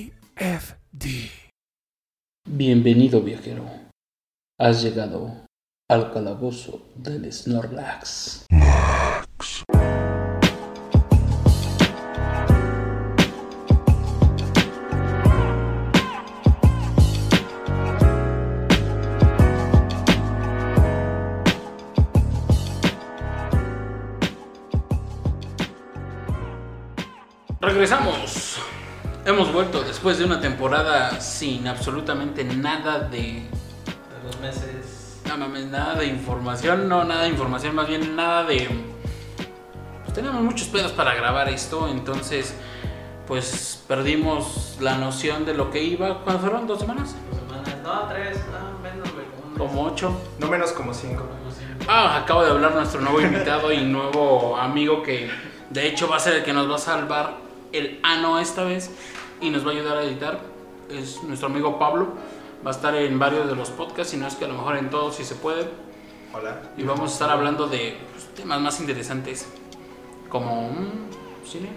TFD. Bienvenido viajero. Has llegado al calabozo del Snorlax. Regresamos. Hemos vuelto después de una temporada sin absolutamente nada de De dos meses. No mames, nada de información, no, nada de información, más bien nada de... Pues tenemos muchos pedos para grabar esto, entonces pues perdimos la noción de lo que iba. ¿Cuándo fueron? ¿Dos semanas? dos semanas. No, tres. No, menos, güey. como un mes. ¿Como ocho? No menos como cinco. Como si- Ah, acabo de hablar nuestro nuevo invitado y nuevo amigo que de hecho va a ser el que nos va a salvar el ano esta vez y nos va a ayudar a editar. Es nuestro amigo Pablo. Va a estar en varios de los podcasts, si no es que a lo mejor en todos si se puede. Hola. Y vamos a estar hablando de pues, temas más interesantes como mm, cine,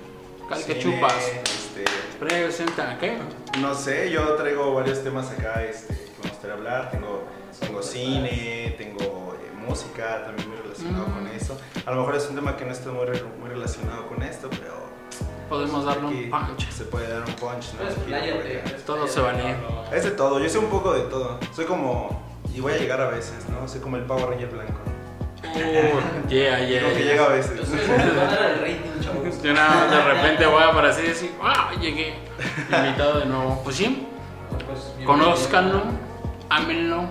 calcachupas, Cine, este, presenta, ¿qué? no sé, yo traigo varios temas acá este, que me gustaría hablar. Tengo, tengo cine, tengo eh, música también muy relacionado Mm. con eso. A lo mejor es un tema que no está muy, re- muy relacionado con esto, pero Podemos darle aquí un punch. Se puede dar un punch, ¿no? Pues, Aquí, pláyate, por acá. pues, Todo se pláyate, vale. no, no. Es de todo, yo sé un poco de todo. Soy como. Y voy a llegar a veces, ¿no? Soy como el Power Ranger blanco. Uh, yeah, yeah, Digo que yeah. llega a Yo veces. soy el mandar al rating, chavos. Yo nada más de repente voy a aparecer y decir, ¡ah! Llegué. Invitado de nuevo. Pues sí, Pues, bienvenido. conózcanlo, ámenlo.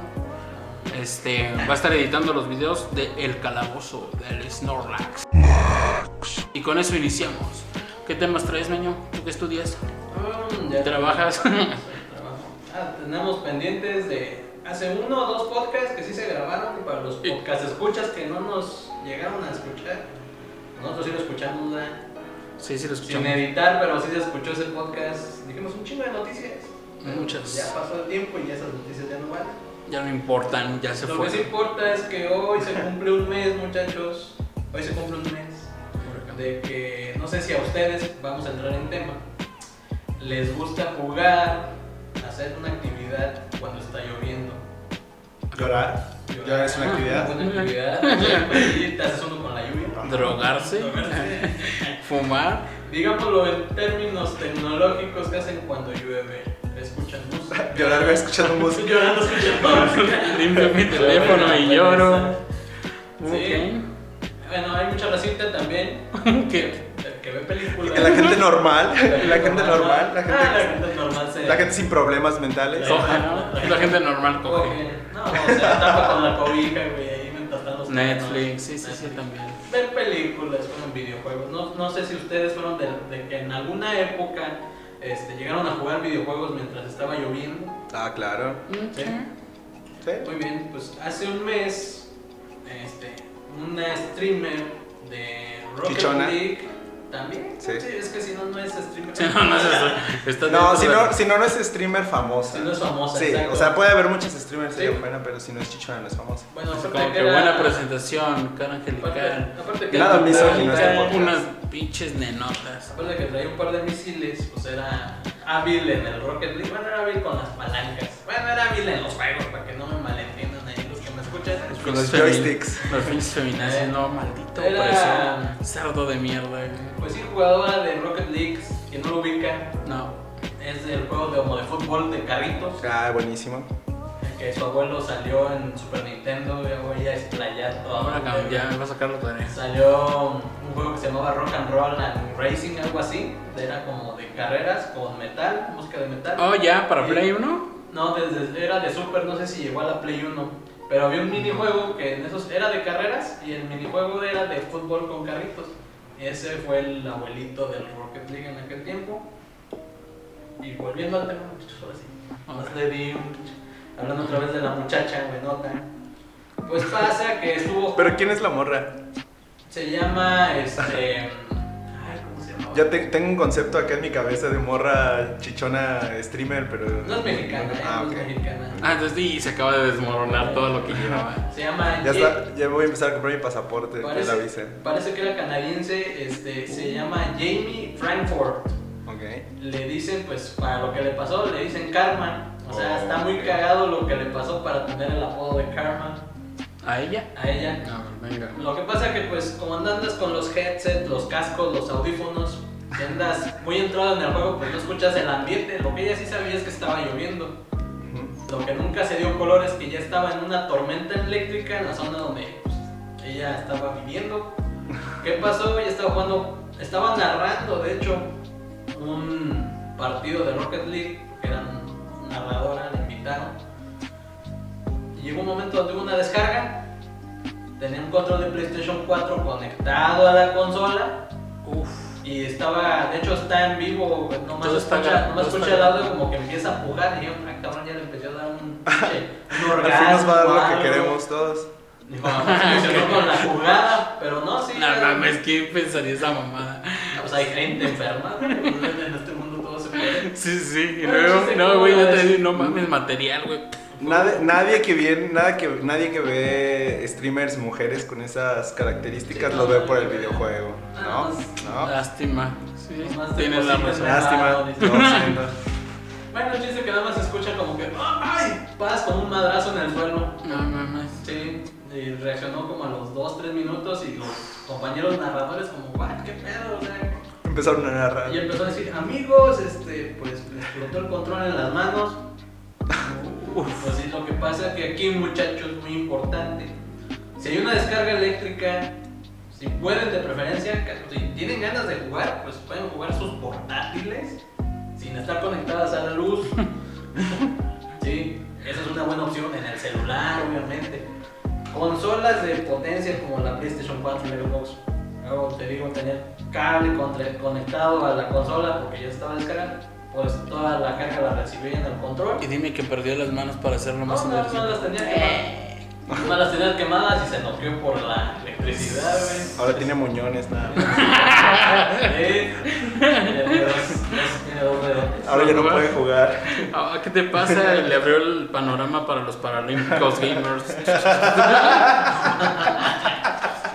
Este, va a estar editando los videos de El Calabozo del Snorlax. Y con eso iniciamos. ¿Qué temas traes, Meño? ¿Tú qué estudias? Mm, ya. ¿Trabajas? Trabajo. Ah, tenemos pendientes de hace uno o dos podcasts que sí se grabaron para los Y- podcast escuchas que no nos llegaron a escuchar. Nosotros sí lo escuchamos, ¿verdad? Sí, sí, lo escuchamos. Sin editar, pero sí se escuchó ese podcast. Dijimos un chingo de noticias. pero Muchas. Ya pasó el tiempo y ya esas noticias ya no van. Ya no importan, ya se Lo fue. que sí importa es que hoy se cumple un mes, muchachos. Hoy se cumple un mes de que no sé si a ustedes, vamos a entrar en tema, les gusta jugar, hacer una actividad cuando está lloviendo. Llorar. Llorar es una actividad. Una actividad, hacer pellitas, haces uno con la lluvia. Drogarse, fumar. Digámoslo en términos tecnológicos que hacen cuando llueve. Escuchan música. Llorar escuchando música. Estoy llorando, escuchando música. Limpio mi teléfono y lloro. Sí. Bueno, hay mucha racita también Ok. que, que ve películas. Que la gente normal, la gente normal, la Ah, la gente, gente normal se. la gente sin problemas mentales. Coge, ¿no? Es la gente normal coge. coge. No, se tapa con la cobija, güey, ahí mientras están los. Netflix, sí, sí, sí, Netflix. también. Ver películas, fueron videojuegos. No, no sé si ustedes fueron de, de que en alguna época este, llegaron a jugar videojuegos mientras estaba lloviendo. Ah, claro. Sí. Sí. Muy bien, pues hace un mes, este, una streamer de Rocket Chichona. League también. Sí. es que si no, no es streamer. Sí, no, no es eso. Está No, dentro si de- no, si no, no es streamer famosa. Si no es famosa, Sí, exacto. o sea, puede haber muchas streamers Sí. sería buena, pero si no es chichona, no es famosa. Bueno, aparte Como que que era- buena presentación, cara Aparte, angelical. aparte que Nada era- misógino este podcast. Unas pinches nenotas. Aparte que traía un par de misiles, pues era hábil en el Rocket League. Bueno, era hábil con las palancas. Bueno, era hábil en los juegos, para que no me malentiendan ahí los que me escuchan. Con los Pinches femi- joysticks. Los pinches feminazis, no, maldito. Era- parece Cerdo de mierda, güey. Pues sí, jugadora de Rocket League, quien no lo ubica, No. es del juego de, como de fútbol de carritos. Ah, buenísimo. El que su abuelo salió en Super Nintendo, ya voy a explayar todo. Ahora cabrón, ya va a sacar la tarea. Salió un juego que se llamaba Rock and Roll and Racing, algo así. Era como de carreras con metal, música de metal. Oh, ya, para Sí. Play 1. No, desde, era de Super, no sé si llegó a la Play 1. Pero había un minijuego que en esos era de carreras y el minijuego era de fútbol con carritos. Ese fue el abuelito del Rocket League en aquel tiempo. Y volviendo al tema, muchachos, ahora sí. Más le di un- Hablando otra vez de la muchacha, güey, nota. Pues pasa que estuvo. Pero ¿quién es la morra? Se llama este. Ay, ¿cómo se llama? Ya te- tengo un concepto acá en mi cabeza de morra chichona streamer, pero. No es mexicana, eh, Ah, no es ok. mexicana. Ah, entonces y se acaba de desmoronar todo lo que llevaba. Se llama Ah. Ya Ye- está, ya voy a empezar a comprar mi pasaporte, que la Parece, avisen. parece que era canadiense, este, se llama Jamie Frankfurt. Ok. Le dicen, pues, para lo que le pasó, le dicen Karma. O sea, Oh, está muy ok. cagado lo que le pasó para tener el apodo de Karma ¿A ella? a ella. No, venga. Lo que pasa que, pues, como andas con los headsets, los cascos, los audífonos, que andas muy entrado en el juego, pues no escuchas el ambiente. Lo que ella sí sabía es que estaba lloviendo. Ujú. Lo que nunca se dio color es que ya estaba en una tormenta eléctrica en la zona donde pues, ella estaba viviendo. ¿Qué pasó? Ella estaba jugando, estaba narrando de hecho un partido de Rocket League, que era un- narradora, la invitaron. Y llegó un momento donde hubo una descarga, tenía un control de PlayStation 4 conectado a la consola Uf. y estaba, de hecho está en vivo, güey, nomás Todo está escucha, gra- nomás todo está escucha el audio grabado. como que empieza a pujar y yo, ah cabrón, ya le empezó a dar un, un Al fin orgasmo. nos va a dar lo algo". que queremos todos. Dijo, "Ah, funcionó con la jugada, pero no, sí. No ya- mames, ¿quién pensaría esa mamada? Pues hay gente enferma, güey, pues, en este mundo todo se puede. Sí, sí. Y Bueno, luego, sí se no, pudo güey, no te haber- digo, no mames, material, güey. Nadie, nadie que viene, nada que, nadie que ve streamers mujeres con esas características Sí, lo no, ve no, por no, el no. videojuego. No, Ah, pues, no. Lástima. Sí, Nomás te tienes la cositas, razón. ¿no? Lástima. Lo siento. Bueno, el chiste es que nada más se escucha como que, "Ah, ay, paras con un madrazo en el suelo. No mames. Sí, y reaccionó como a los 2-3 minutos y los compañeros narradores como, "What, qué pedo, o sea, Empezaron a narrar. Y empezó a decir, amigos, este, pues me explotó el control en las manos. Pues sí, lo que pasa es que aquí, muchachos, es muy importante. Si hay una descarga eléctrica, si pueden de preferencia, ca- si tienen ganas de jugar, pues pueden jugar sus portátiles sin estar conectadas a la luz. sí, esa es una buena opción en el celular, obviamente. Consolas de potencia como la PlayStation 4 y la Xbox. Luego te digo tener cable contra- conectado a la consola porque ya estaba descargada. Pues toda la carga la recibía en el control. Y dime que perdió las manos para hacerlo No, más no, no las interesante. tenía quemadas. No las tenía quemadas y se enojó por la electricidad, güey. Ahora tiene muñones, nada. más. Sí. Tiene dos- dos- tiene dos dedos. Ahora ya no puede jugar. Ah, ¿Qué te pasa? Le abrió el panorama para los paralímpicos gamers.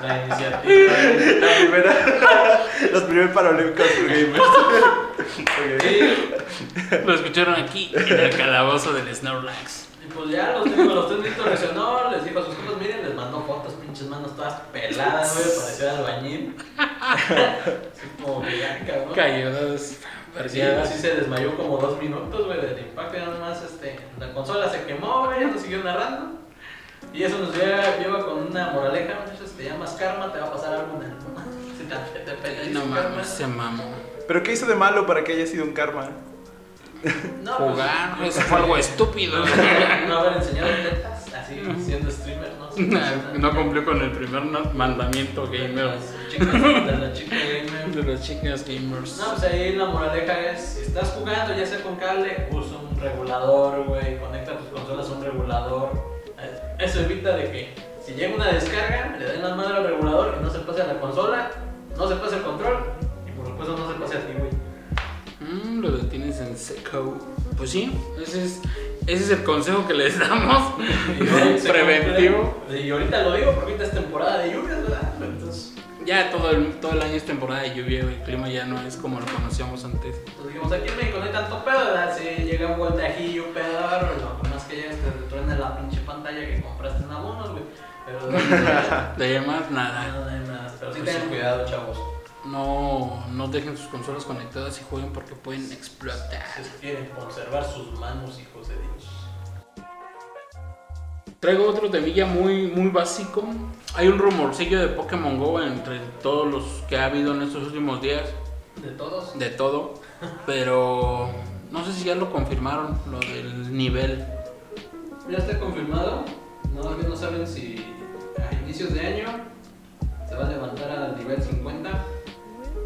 La iniciativa. La primera. Los primeros paralímpicos gamers. Ok. Sí. Lo escucharon aquí en el calabozo del Snorlax. Y pues ya los tengo, los tres listos reaccionó, les dijo a sus hijos, miren, les mandó fotos, pinches manos todas peladas, güey, parecía albañil. Así como que ya, cabrón. Caídas, Sí, parciadas. así se desmayó como dos minutos, güey, del impacto y nada más, este, la consola se quemó, güey, nos siguió narrando. Y eso nos lleva, lleva con una moraleja, muchachos, te llamas karma, te va a pasar algo en el mundo. Si te, te peleas No con karma. mames, se mamó. Pero ¿qué hizo de malo para que haya sido un karma? No, pues, Jugar, yo eso creo fue que algo estúpido. No haber enseñado tetas, así, siendo streamer, no sé. No cumplió con el primer no- mandamiento gamer Chicas, de la chica gamer. de las chicas gamers. No, pues ahí la moraleja es, si estás jugando, ya sea con cable, usa un regulador, güey, conecta tus consolas a un regulador. Eh, Eso evita de que si llega una descarga, le den la madre al regulador que no se pase a la consola, no se pase el control y por supuesto no se pase a ti, güey. Mm, lo detienes en seco. Pues sí, ese es, ese es el consejo que les damos. Y ahora se Preventivo. cumple. Y ahorita lo digo porque ahorita es temporada de lluvias, ¿verdad? Entonces, Ya todo el, todo el año es temporada de lluvia, güey. El clima ya no es como lo conocíamos antes. pues digamos, aquí en México no hay tanto pedo, ¿verdad? Si llega un voltajillo, un pedador, lo más que llega es que te truena la pinche pantalla que compraste en abonos, güey. Pero de ahí nada, De ahí en más, nada. nada de nada. Pero pues sí tengan cuidado, chavos. No, no dejen sus consolas conectadas y jueguen porque pueden explotar. Si quieren conservar sus manos, hijos de Dios. Traigo otro temilla muy, muy básico. Hay un rumorcillo de Pokémon Go entre todos los que ha habido en estos últimos días, De todos. de todo. Pero no sé si ya lo confirmaron, lo del nivel. Ya está confirmado. Nada más que no saben si a inicios de año se va a levantar al nivel 50.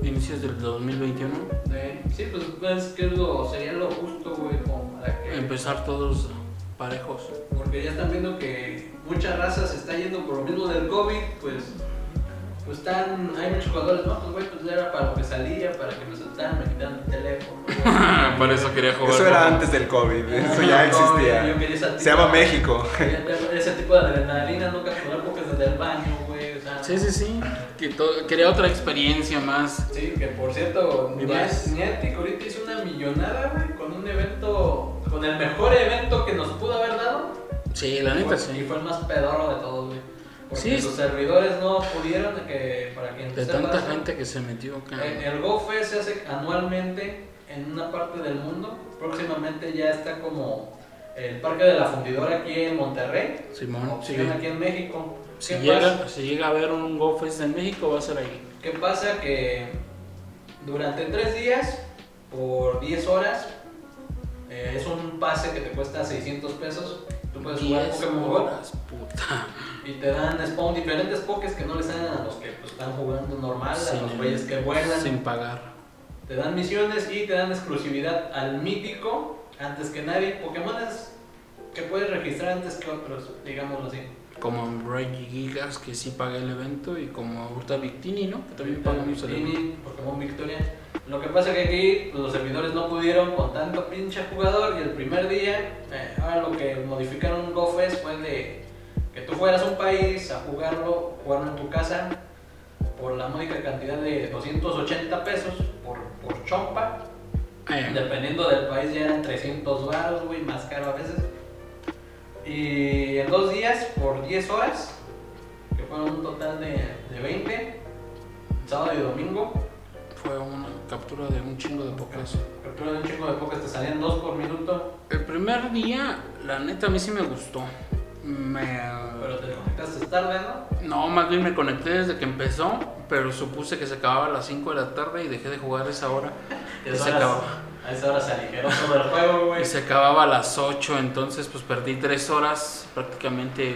Inicios del 2021. De- sí, pues es que es lo, sería lo justo, güey, como para que. Empezar todos parejos. Porque ya están viendo que mucha raza se está yendo por lo mismo del COVID, pues pues están, hay muchos jugadores, no, pues güey, pues era para lo que salía, para que me soltaran, me quitaran el teléfono. Ah, Para eso quería jugar. Eso ¿no? era antes del COVID, eso ya Yo existía. quería esa Se llama tipo- México. quería Ese tipo de adrenalina, no capturar porque desde el baño, güey, o sea. Sí, sí, sí. Que to- quería otra experiencia más. Sí, que por cierto, Ni Nia- más. Niantic ahorita hizo una millonada, güey, con un evento, con el mejor evento que nos pudo haber dado. Sí, la y neta, fue, sí. y fue el más pedorro de todos, güey. Porque Sí. sus servidores no pudieron, que para quien De sepa, tanta ¿no? gente que se metió acá. Eh, El GoFest se hace anualmente en una parte del mundo. Próximamente ya está como el Parque de la Fundidora aquí en Monterrey. Simón, Ah, sí. eh, Opción aquí en México. Si ¿Qué llega, si llega a haber un GoFest en México, va a ser ahí. ¿Qué pasa? Que durante tres días, por 10 horas, eh, es un pase que te cuesta 600 pesos. Tú puedes Pues jugar 10 Pokémon Go horas, puta. y te dan spawn diferentes pokés que no les salen a los que pues, están jugando normal, a los Sin- güeyes que vuelan. Sin pagar. Te dan misiones y te dan exclusividad al mítico antes que nadie. Pokémon que puedes registrar antes que otros, digámoslo así. Como en Reggie Gigas, que sí paga el evento, y como ahorita Victini, ¿no? Que también pagamos el evento. Victini, Pokémon Victoria. Lo que pasa que aquí pues, los servidores no pudieron con tanto pinche jugador y el primer día, eh, ahora lo que modificaron en GoFest fue de que tú fueras a un país a jugarlo, jugarlo en tu casa por la módica cantidad de 280 pesos por, por chompa. Eh, Dependiendo del país ya eran 300 baros, güey, más caro a veces. Y en dos días, por 10 horas, que fueron un total de, de 20, sábado y domingo, fue una captura de un chingo de pocas. captura de un chico de pocas te salían 2 por minuto, El primer día, la neta, a mí sí me gustó. Me... pero te conectaste tarde, ¿no? No, más bien me conecté desde que empezó, pero supuse que se acababa a las 5 de la tarde y dejé de jugar esa hora. Y a Y esa se hora- acabó. A esa hora se aligeró todo el juego, güey. Y se acababa a las 8, entonces pues perdí 3 horas, prácticamente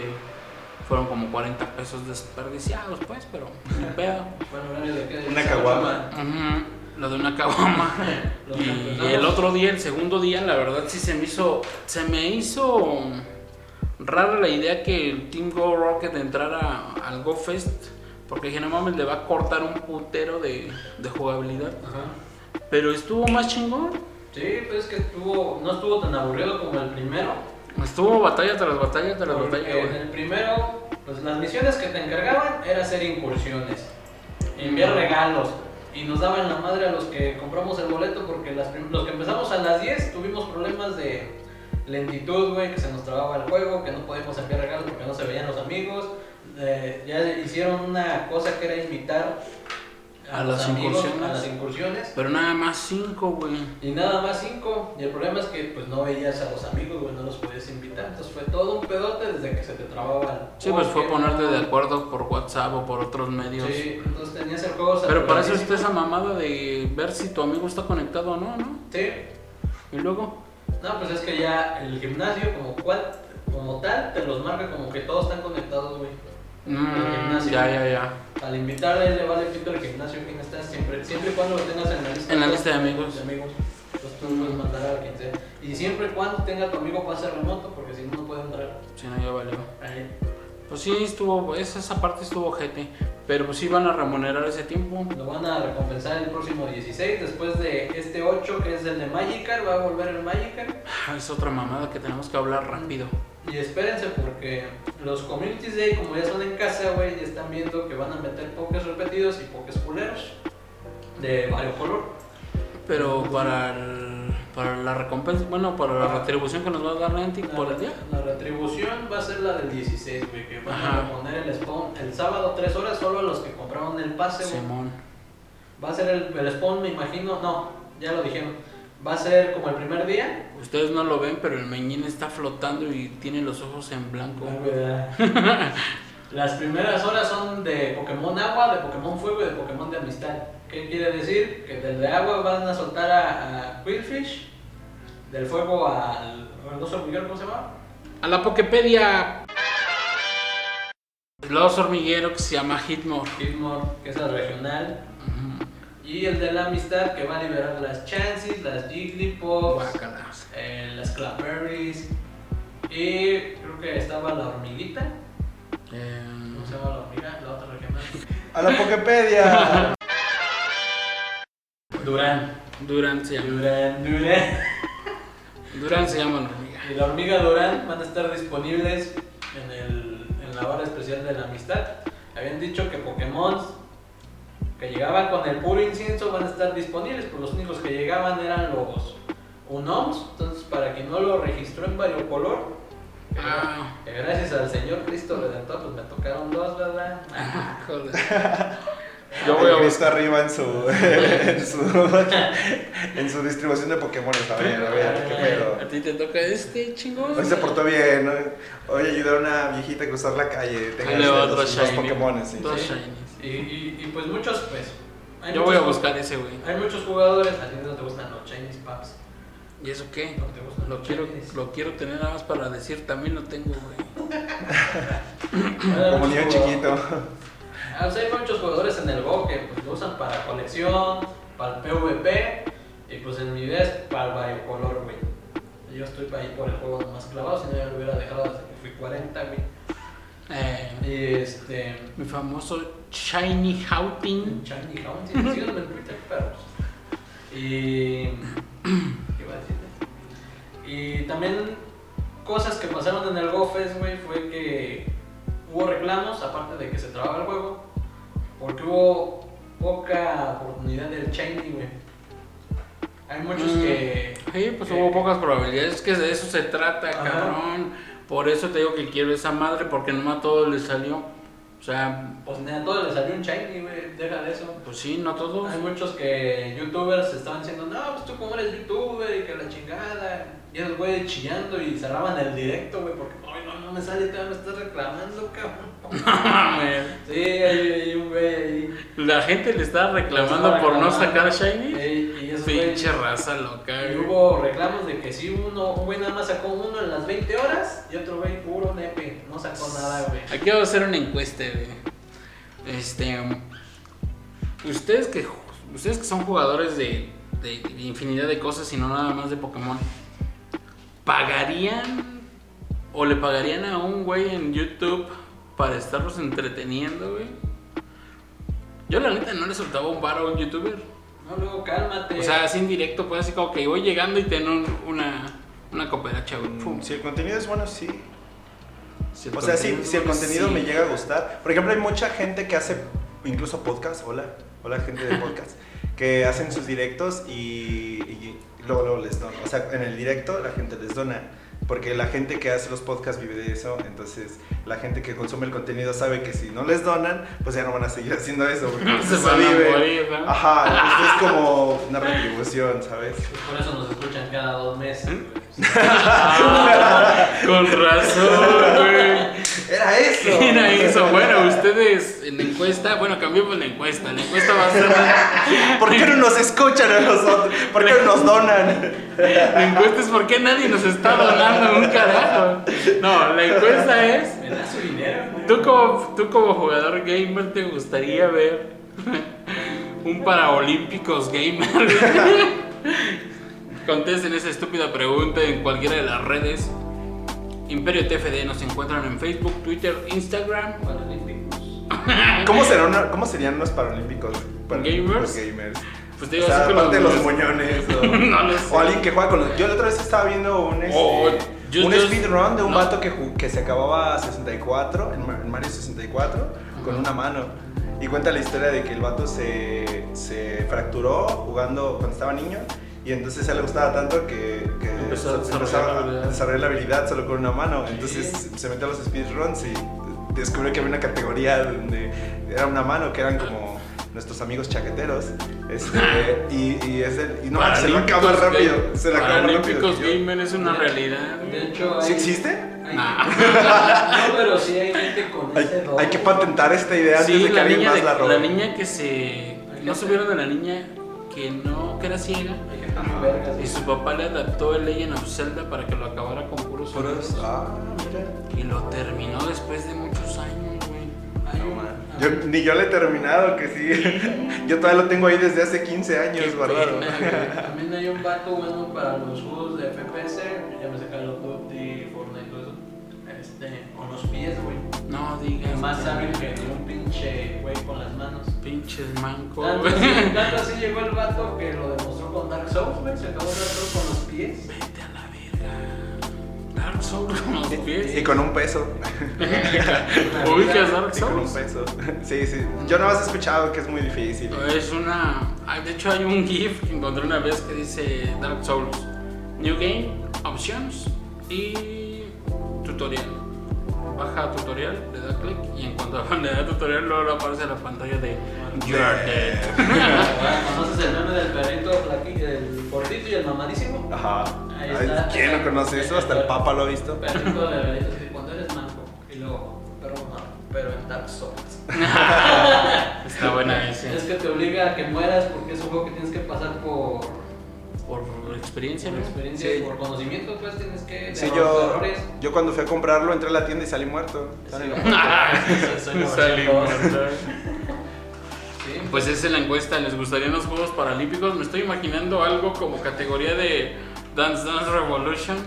fueron como 40 pesos desperdiciados, pues, pero ni pedo. Bueno, horario de qué? Una caguama. Ujú, Lo de una caguama. Los Y campeonatos. el otro día, el segundo día, la verdad sí se me hizo. Se me hizo rara la idea que el Team Go Rocket entrara al Go Fest. Porque dije, no mames, le va a cortar un putero de, de jugabilidad. Ajá. Pero estuvo más chingón. Sí, pues es que estuvo, no estuvo tan aburrido como el primero. Estuvo batalla tras batalla tras Porque batalla, en güey. el primero, pues las misiones que te encargaban era hacer incursiones, enviar regalos y nos daban la madre a los que compramos el boleto porque las prim- los que empezamos a las 10 tuvimos problemas de lentitud, güey, que se nos trababa el juego, que no podíamos enviar regalos porque no se veían los amigos. Eh, ya hicieron una cosa que era invitar A los las incursiones. a las incursiones. Pero nada más cinco, güey. Y nada más cinco. Y el problema es que pues no veías a los amigos, güey, no los podías invitar. Entonces fue todo un pedote desde que se te trababa el Sí, pues fue porque- ponerte de acuerdo por WhatsApp o por otros medios. Sí, entonces tenías el juego Pero para eso está saturadísimo. esa mamada de ver si tu amigo está conectado o no, ¿no? Sí. Y luego, No, pues es que ya el gimnasio como cual, como tal, te los marca como que todos están conectados, güey. mm, gimnasio. ya, ya, ya. Al invitarle le vale pito el gimnasio quién está siempre, siempre y cuando lo tengas en la lista. En la tú- lista de amigos. Mm. de amigos. Entonces tú puedes mandar a quien sea. Y siempre y cuando tenga tu amigo pase remoto, porque si no no puede entrar. Si no, ya valió. Ahí. Pues sí, estuvo, esa, esa parte estuvo gente. Pero pues sí van a remunerar ese tiempo. Lo van a recompensar el próximo 16, después de este 8 que es el de Magikarp, va a volver el Magikarp. Ah, Es otra mamada que tenemos que hablar rápido. Y espérense porque los Community Day, como ya son en casa, güey, ya están viendo que van a meter pokés repetidos y pokés culeros de varios color. Pero para, el- para la recompensa, bueno, para la retribución que nos va a dar Niantic por el día. La retribución va a ser la del 16, güey, que van Ajá. a poner el spawn el sábado 3 horas solo a los que compraron el pase, güey. Simón. Va a ser el, el spawn, me imagino, no, ya lo dijeron. Va a ser como el primer día, Ustedes no lo ven, pero el meñín está flotando y tiene los ojos en blanco. Las primeras horas son de Pokémon Agua, de Pokémon Fuego y de Pokémon de Amistad. ¿Qué quiere decir? Que del de Agua van a soltar a, a Quillfish, del Fuego al... No sé Miguel, ¿cómo se llama? A la Pokepedia. El oso hormiguero que se llama Hitmore. Kidmore, que es la regional. Ujú. Y el de la Amistad, que va a liberar las Chances, las Jigglypuffs, Guácala. eh, las Clapberries. Y creo que estaba la hormiguita. Eh, ¿Cómo se llama la hormiga? La otra regional. A la Pokepedia. Durán. Durán se llama. Durán, Durán. Durán se llama la hormiga. Y la hormiga Durán van a estar disponibles en, el, en la hora especial de la amistad. Habían dicho que Pokémon que llegaban con el puro incienso van a estar disponibles, pero los únicos que llegaban eran los Unoms. Entonces, para quien no lo registró en variocolor, que Ah. que gracias al Señor Cristo Redentor, pues me tocaron dos, ¿verdad? Joder. Yo voy a buscar. El Cristo arriba en su, en su, en su distribución de Pokémon. A ver, a ver, qué pedo. A ti te toca este chingón. Hoy se portó bien. ¿no? Hoy ayudaron a una viejita a cruzar la calle. Tenga Ahí le va los, otro los shiny. Pokémon. Sí. Dos Sí. shinies. Y, y, y, pues muchos, pues. hay Yo voy a muchos- buscar ese, güey. Hay muchos jugadores, a ti no te gustan los Chinese Pubs. ¿Y eso qué? No te gustan Lo los quiero, Chinese. lo quiero tener nada más para decir, también lo tengo, güey. Hay Como muchos niño jugadores- chiquito. Ah, pues hay muchos jugadores en el Go que pues, lo usan para colección, para el PvP. Y pues en mi idea es para el variocolor, güey. Yo estoy para ir por el juego más clavado, si no ya lo hubiera dejado desde que fui 40, güey. Eh, Y este. mi famoso Shiny Houting. Shiny Hound, sí, síganme en Twitter, perros. Y. ¿Qué iba a decir? Y también cosas que pasaron en el GoFest, güey, fue que hubo reclamos, aparte de que se trababa el juego, porque hubo poca oportunidad del Shiny, güey. Hay muchos Mm. que. Sí, pues que- hubo pocas probabilidades. Es que de eso se trata, Ajá. cabrón. Por eso te digo que quiero esa madre, porque nomás todo le salió. O sea, Pues ni a todos les salió un Shiny, güey, deja de eso. pues sí, no todos. Hay muchos que youtubers estaban diciendo, no, pues tú como eres youtuber y que la chingada. Y esos güeyes chillando y cerraban el directo, güey, porque, ay, no, no me sale, todavía me estás reclamando, cabrón. sí, hay, hay un güey ahí. La gente le estaba reclamando Estaba por no sacar reclamando. Shiny. Ey, Y esos güeyes. Pinche raza loca, Y güey. hubo reclamos de que sí, uno, un güey nada más sacó uno en las 20 horas y otro güey puro nepe, no sacó nada, güey. Aquí va a hacer una encuesta, güey. Este. Ustedes que, ustedes que son jugadores de, de infinidad de cosas y no nada más de Pokémon, ¿pagarían o le pagarían a un güey en YouTube para estarlos entreteniendo, güey? Yo, la neta, no le soltaba un bar a un youtuber. No, luego cálmate. O sea, así en directo, pues así como que voy llegando y tengo un- una, una cooperacha, güey. Pum. Mm, Si el contenido es bueno, sí. Si el O sea, si, si el bueno, contenido sí. me llega a gustar. Por ejemplo, hay mucha gente que hace incluso podcast. Hola, hola gente de podcast. que hacen sus directos y, y luego, luego les dona. O sea, en el directo la gente les dona. Porque la gente que hace los podcasts vive de eso. Entonces, la gente que consume el contenido sabe que si no les donan, pues ya no van a seguir haciendo eso. Porque Se eso van a vive. morir, ¿no? Ajá, entonces es como una retribución, ¿sabes? Pues por eso nos escuchan cada dos meses, ¿Mm? güey. Ah, con razón, güey. Era eso. Mira eso. Bueno, ustedes en la encuesta, bueno, cambiemos la encuesta. La encuesta va a ser. ¿Por qué no nos escuchan a nosotros? ¿Por qué no nos donan? La encuesta es por qué nadie nos está donando un carajo. No, la encuesta es: Me da su dinero, güey. ¿tú como, tú como jugador gamer te gustaría ver un Paraolímpicos gamer? Contesten esa estúpida pregunta en cualquiera de las redes. Imperio TFD nos encuentran en Facebook, Twitter, Instagram. Paralímpicos. ¿Cómo, será una- cómo serían los paralímpicos? ¿Gamers? Paralímpicos gamers. Pues O sea, así con aparte de los los- moñones. O, No lo sé. o alguien que juega con los. Yo la otra vez estaba viendo un, este, O- Oh, yo- un yo- speedrun de un no. vato que, ju- que se acababa 64, en Mar- en Mario 64, con una mano. Y cuenta la historia de que el vato se, se fracturó jugando cuando estaba niño. Y entonces a él le gustaba tanto que, que Empezó a se- desarrollar empezaba la a habilidad. desarrollar la habilidad solo con una mano. Sí. Entonces se metió a los speedruns y descubrió que había una categoría donde era una mano, que eran como nuestros amigos chaqueteros. Este, y, y es el, y no, se lo acaba Paralímpicos rápido. Game- Se lo acaba rápido. Paralímpicos y yo, Gamer es una realidad. Ah. De hecho, hay, ¿Sí existe? hay- Nah. no, pero sí hay gente con ese Hay, don. hay que patentar esta idea antes Sí, de que la alguien niña, más de- la la robe. niña que se. No subieron de la niña que no, que era ciega. Hay gente muy vergas, Y güey. su papá le adaptó el Legend of Zelda para que lo acabara con puros sonidos. Ah, mira. Y lo terminó después de muchos años, güey. Hay un- Yo, ni yo le he terminado, que sí. Yo todavía lo tengo ahí desde hace 15 Qué años guardado. pena, ah, güey. También hay un vato bueno para los juegos de FPS. Ya me sacan los Duty, Fortnite y todo eso. Este, con los pies, güey. No digas. Es más hábil que ni un pinche pinche güey con las manos. Pinches manco. Tanto güey. así, tanto así llegó el vato que lo demostró con Dark Souls, güey. Se acabó Dark Souls con los pies. Vete a la verga. Dark Souls con los pies. Y con un peso. Ubicas Dark Y con un Souls. peso. Sí, sí. Yo no más he escuchado que es muy difícil. Es una. ah, De hecho, hay un GIF que encontré una vez que dice Dark Souls. New Game, Options y Tutorial. Baja a tutorial, le da clic y en cuanto le da tutorial, luego aparece la pantalla de You are dead. Conoces el meme del perrito flaquito, el gordito y el mamadísimo. Ajá. Ahí Ay, está. ¿Quién no conoce eso? Hasta el Papa lo ha visto. Perrito de verdad, así, cuando eres manco. Y luego, perro mamado. Pero en Dark Souls. Está buena esa. Es que te obliga a que mueras porque es un juego que tienes que pasar por, Por experiencia, por ¿no? experiencia, Sí. por conocimiento, pues tienes que. de Sí, los yo, errores. yo cuando fui a comprarlo entré a la tienda y salí muerto. Sí, soy la Salí versión dos. muerto. Sí. Pues esa es la encuesta, ¿les gustarían los Juegos Paralímpicos? Me estoy imaginando algo como categoría de Dance Dance Revolution.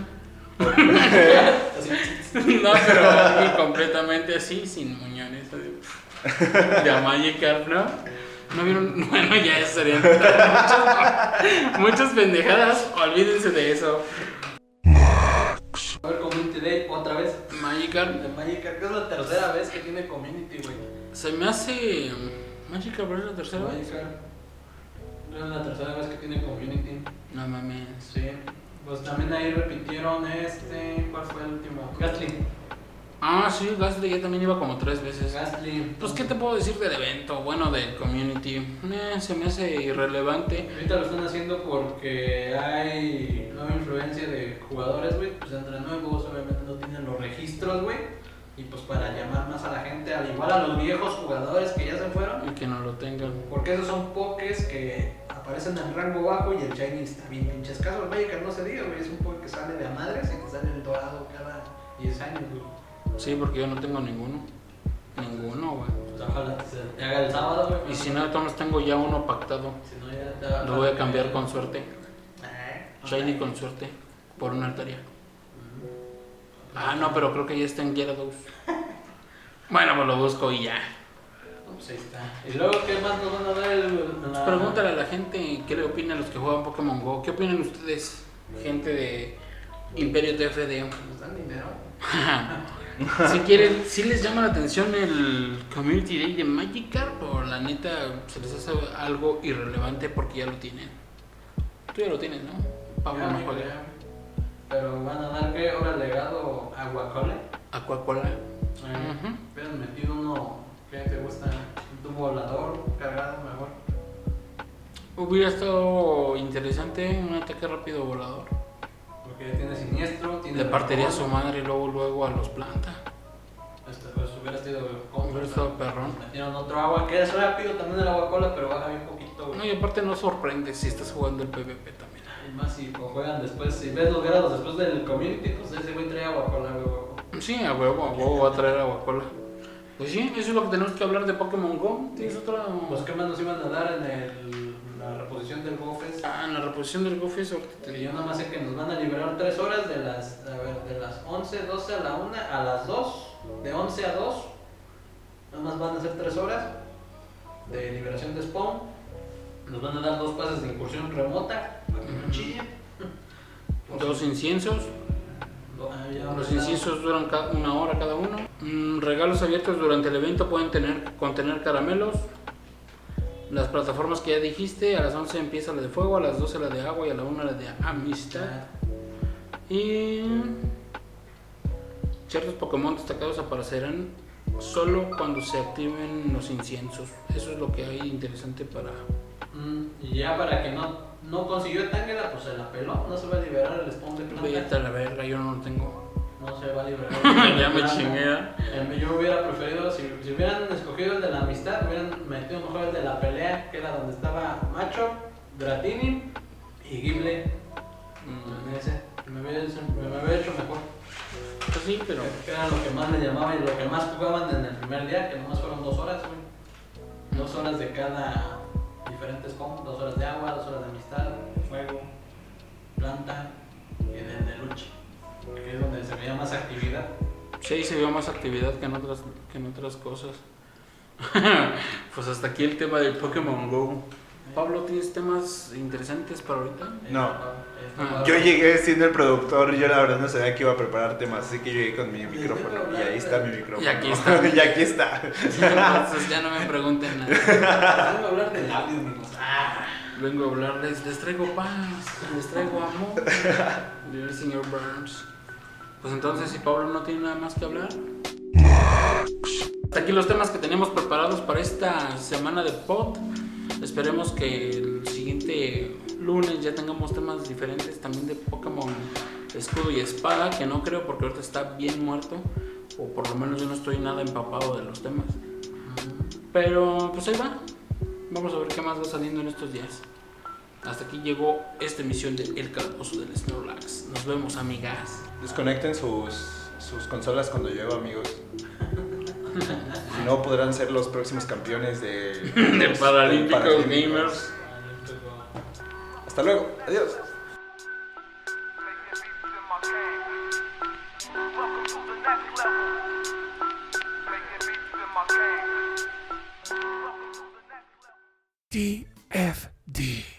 pues, no, pero algo completamente así, sin muñones. así. De a Magic Carp, ¿no? ¿No vieron? Bueno, ya eso sería muchas, muchas pendejadas, olvídense de eso. A ver, Community Day otra vez. Magic Carp De Magic Arc, que es la tercera vez que tiene Community, güey. se me hace... ¿Magic Carp es la tercera vez? Magic Arc. Es la tercera vez que tiene Community. No mames. Sí. Pues también ahí repitieron este. ¿Cuál fue el último? Gasly. Ah, sí, Gasly ya también iba como tres veces. Gasly. Pues, ¿qué te puedo decir del evento? Bueno, del community. Eh, se me hace irrelevante. Ahorita lo están haciendo porque hay nueva influencia de jugadores, güey. Pues entre nuevos, obviamente no tienen los registros, güey. Y pues para llamar más a la gente, al igual a los viejos jugadores que ya se fueron. Y que no lo tengan. Porque esos son pokés que aparecen en rango bajo y el shiny está bien pinche escaso. El Magikarp no se diga, güey. Es un poke que sale de a madres y que sale el dorado cada 10 años, güey. Sí, porque yo no tengo ninguno. Ninguno, güey. Pues ojalá que se te haga el sábado, güey. Y si no, todos tengo ya uno pactado. Si no, ya te- Lo voy a cambiar con suerte. Eh, Shiny con suerte. Por una arteria. Ah, no, pero creo que ya está en Gyarados. Bueno, pues lo busco y ya. Pues ahí está. Y luego, ¿qué más nos van a dar? El, la- Pues Pregúntale a la gente qué le opinan los que juegan Pokémon Go. ¿Qué opinan ustedes, gente de Imperio TFD? ¿Nos dan dinero? si quieren, si les llama la atención el Community Day de Magikarp o la neta se les hace algo irrelevante porque ya lo tienen. Tú ya lo tienes, ¿no? Pablo Ya, no ya, juega. ya. Pero van a dar, ¿qué? Ahora legado a Guacole. Aquacola. Eh, Ujú. hubieras metido uno que te gusta, un tubo volador cargado mejor. Hubiera estado interesante un ataque rápido volador. Porque tiene siniestro, tiene. Le partiría a su dragón. madre luego luego a los plantas. Este, pues hubiera sido con- Hubiera estado perrón. Metieron otro agua que es rápido también el agua cola, pero baja bien poquito, güey. No, y aparte no sorprende si estás jugando el PvP también. Y más si juegan después, si ves los grados después del community, pues ese güey trae agua cola, güey. güey. Sí, a huevo, a huevo va a traer Aquacola. Pues sí, eso es lo que tenemos que hablar de Pokémon Go. ¿Tienes otra? Pues qué más nos iban a dar en el- la reposición del GoFest. Ah, en la reposición del Goofy es Que yo nada más sé que nos van a liberar 3 horas de las, a ver, de las 11, 12 a la 1, a las 2, de 11 a 2. Nada más van a ser 3 horas de liberación de spawn. Nos van a dar dos pases de incursión remota. Para que no chillen. Dos inciensos. Do- ah, ya Los ordenado. inciensos duran ca- una hora cada uno. Mm, regalos abiertos durante el evento pueden tener, contener caramelos. Las plataformas que ya dijiste, a las 11 empieza la de fuego, a las 12 la de agua y a la 1 la de amistad. Ah, Y ciertos Pokémon destacados aparecerán solo cuando se activen los inciensos. Eso es lo que hay interesante para... mm, Y ya para que no, no consiguió Tangela, pues se la peló. No se va a liberar el spawn de planta. Vete a la verga, yo no lo tengo. No se va a liberar. ya me Planta. chingué. ¿eh? Eh, Yo hubiera preferido, si, si hubieran escogido el de la amistad, hubieran metido mejor el de la pelea, que era donde estaba Macho, Dratini y Gible. Mm, ese, me hubiera, hecho- me hubiera hecho mejor. Pues sí, pero... Que era lo que más le llamaba y lo que más jugaban en el primer día, que nomás fueron dos horas, güey. Dos horas de cada diferente spawn, dos horas de agua, dos horas de amistad, fuego, planta y del de lucha. Que es donde se veía más actividad. Sí, se vio más actividad que en otras, que en otras cosas. pues hasta aquí el tema del Pokémon Go. Pablo, ¿tienes temas interesantes para ahorita? No. Este, Yo llegué siendo el productor, yo la verdad no sabía que iba a preparar temas, así que yo llegué con mi micrófono. Y ahí está mi micrófono. Y aquí está. y aquí está. Entonces Pues ya no me pregunten nada. Vamos a hablar de labios, amigos. Ah, Vengo a hablarles, les traigo paz, les traigo amor. Dear señor Burns. Pues entonces, si Pablo no tiene nada más que hablar. Hasta aquí los temas que tenemos preparados para esta semana de pod. Esperemos que el siguiente lunes ya tengamos temas diferentes también de Pokémon Escudo y Espada, que no creo porque ahorita está bien muerto, o por lo menos yo no estoy nada empapado de los temas. Pero pues ahí va. Vamos a ver qué más va saliendo en estos días. Hasta aquí llegó esta emisión de El Calabozo del Snorlax. Nos vemos, amigas. Desconecten sus, sus consolas cuando llueva, amigos. Si no, podrán ser los próximos campeones de, De los- Paralímpicos Paralímpicos. Gamers. Hasta luego. Adiós. Welcome to the next level. Making beats in my game. Welcome to the next level. DFD.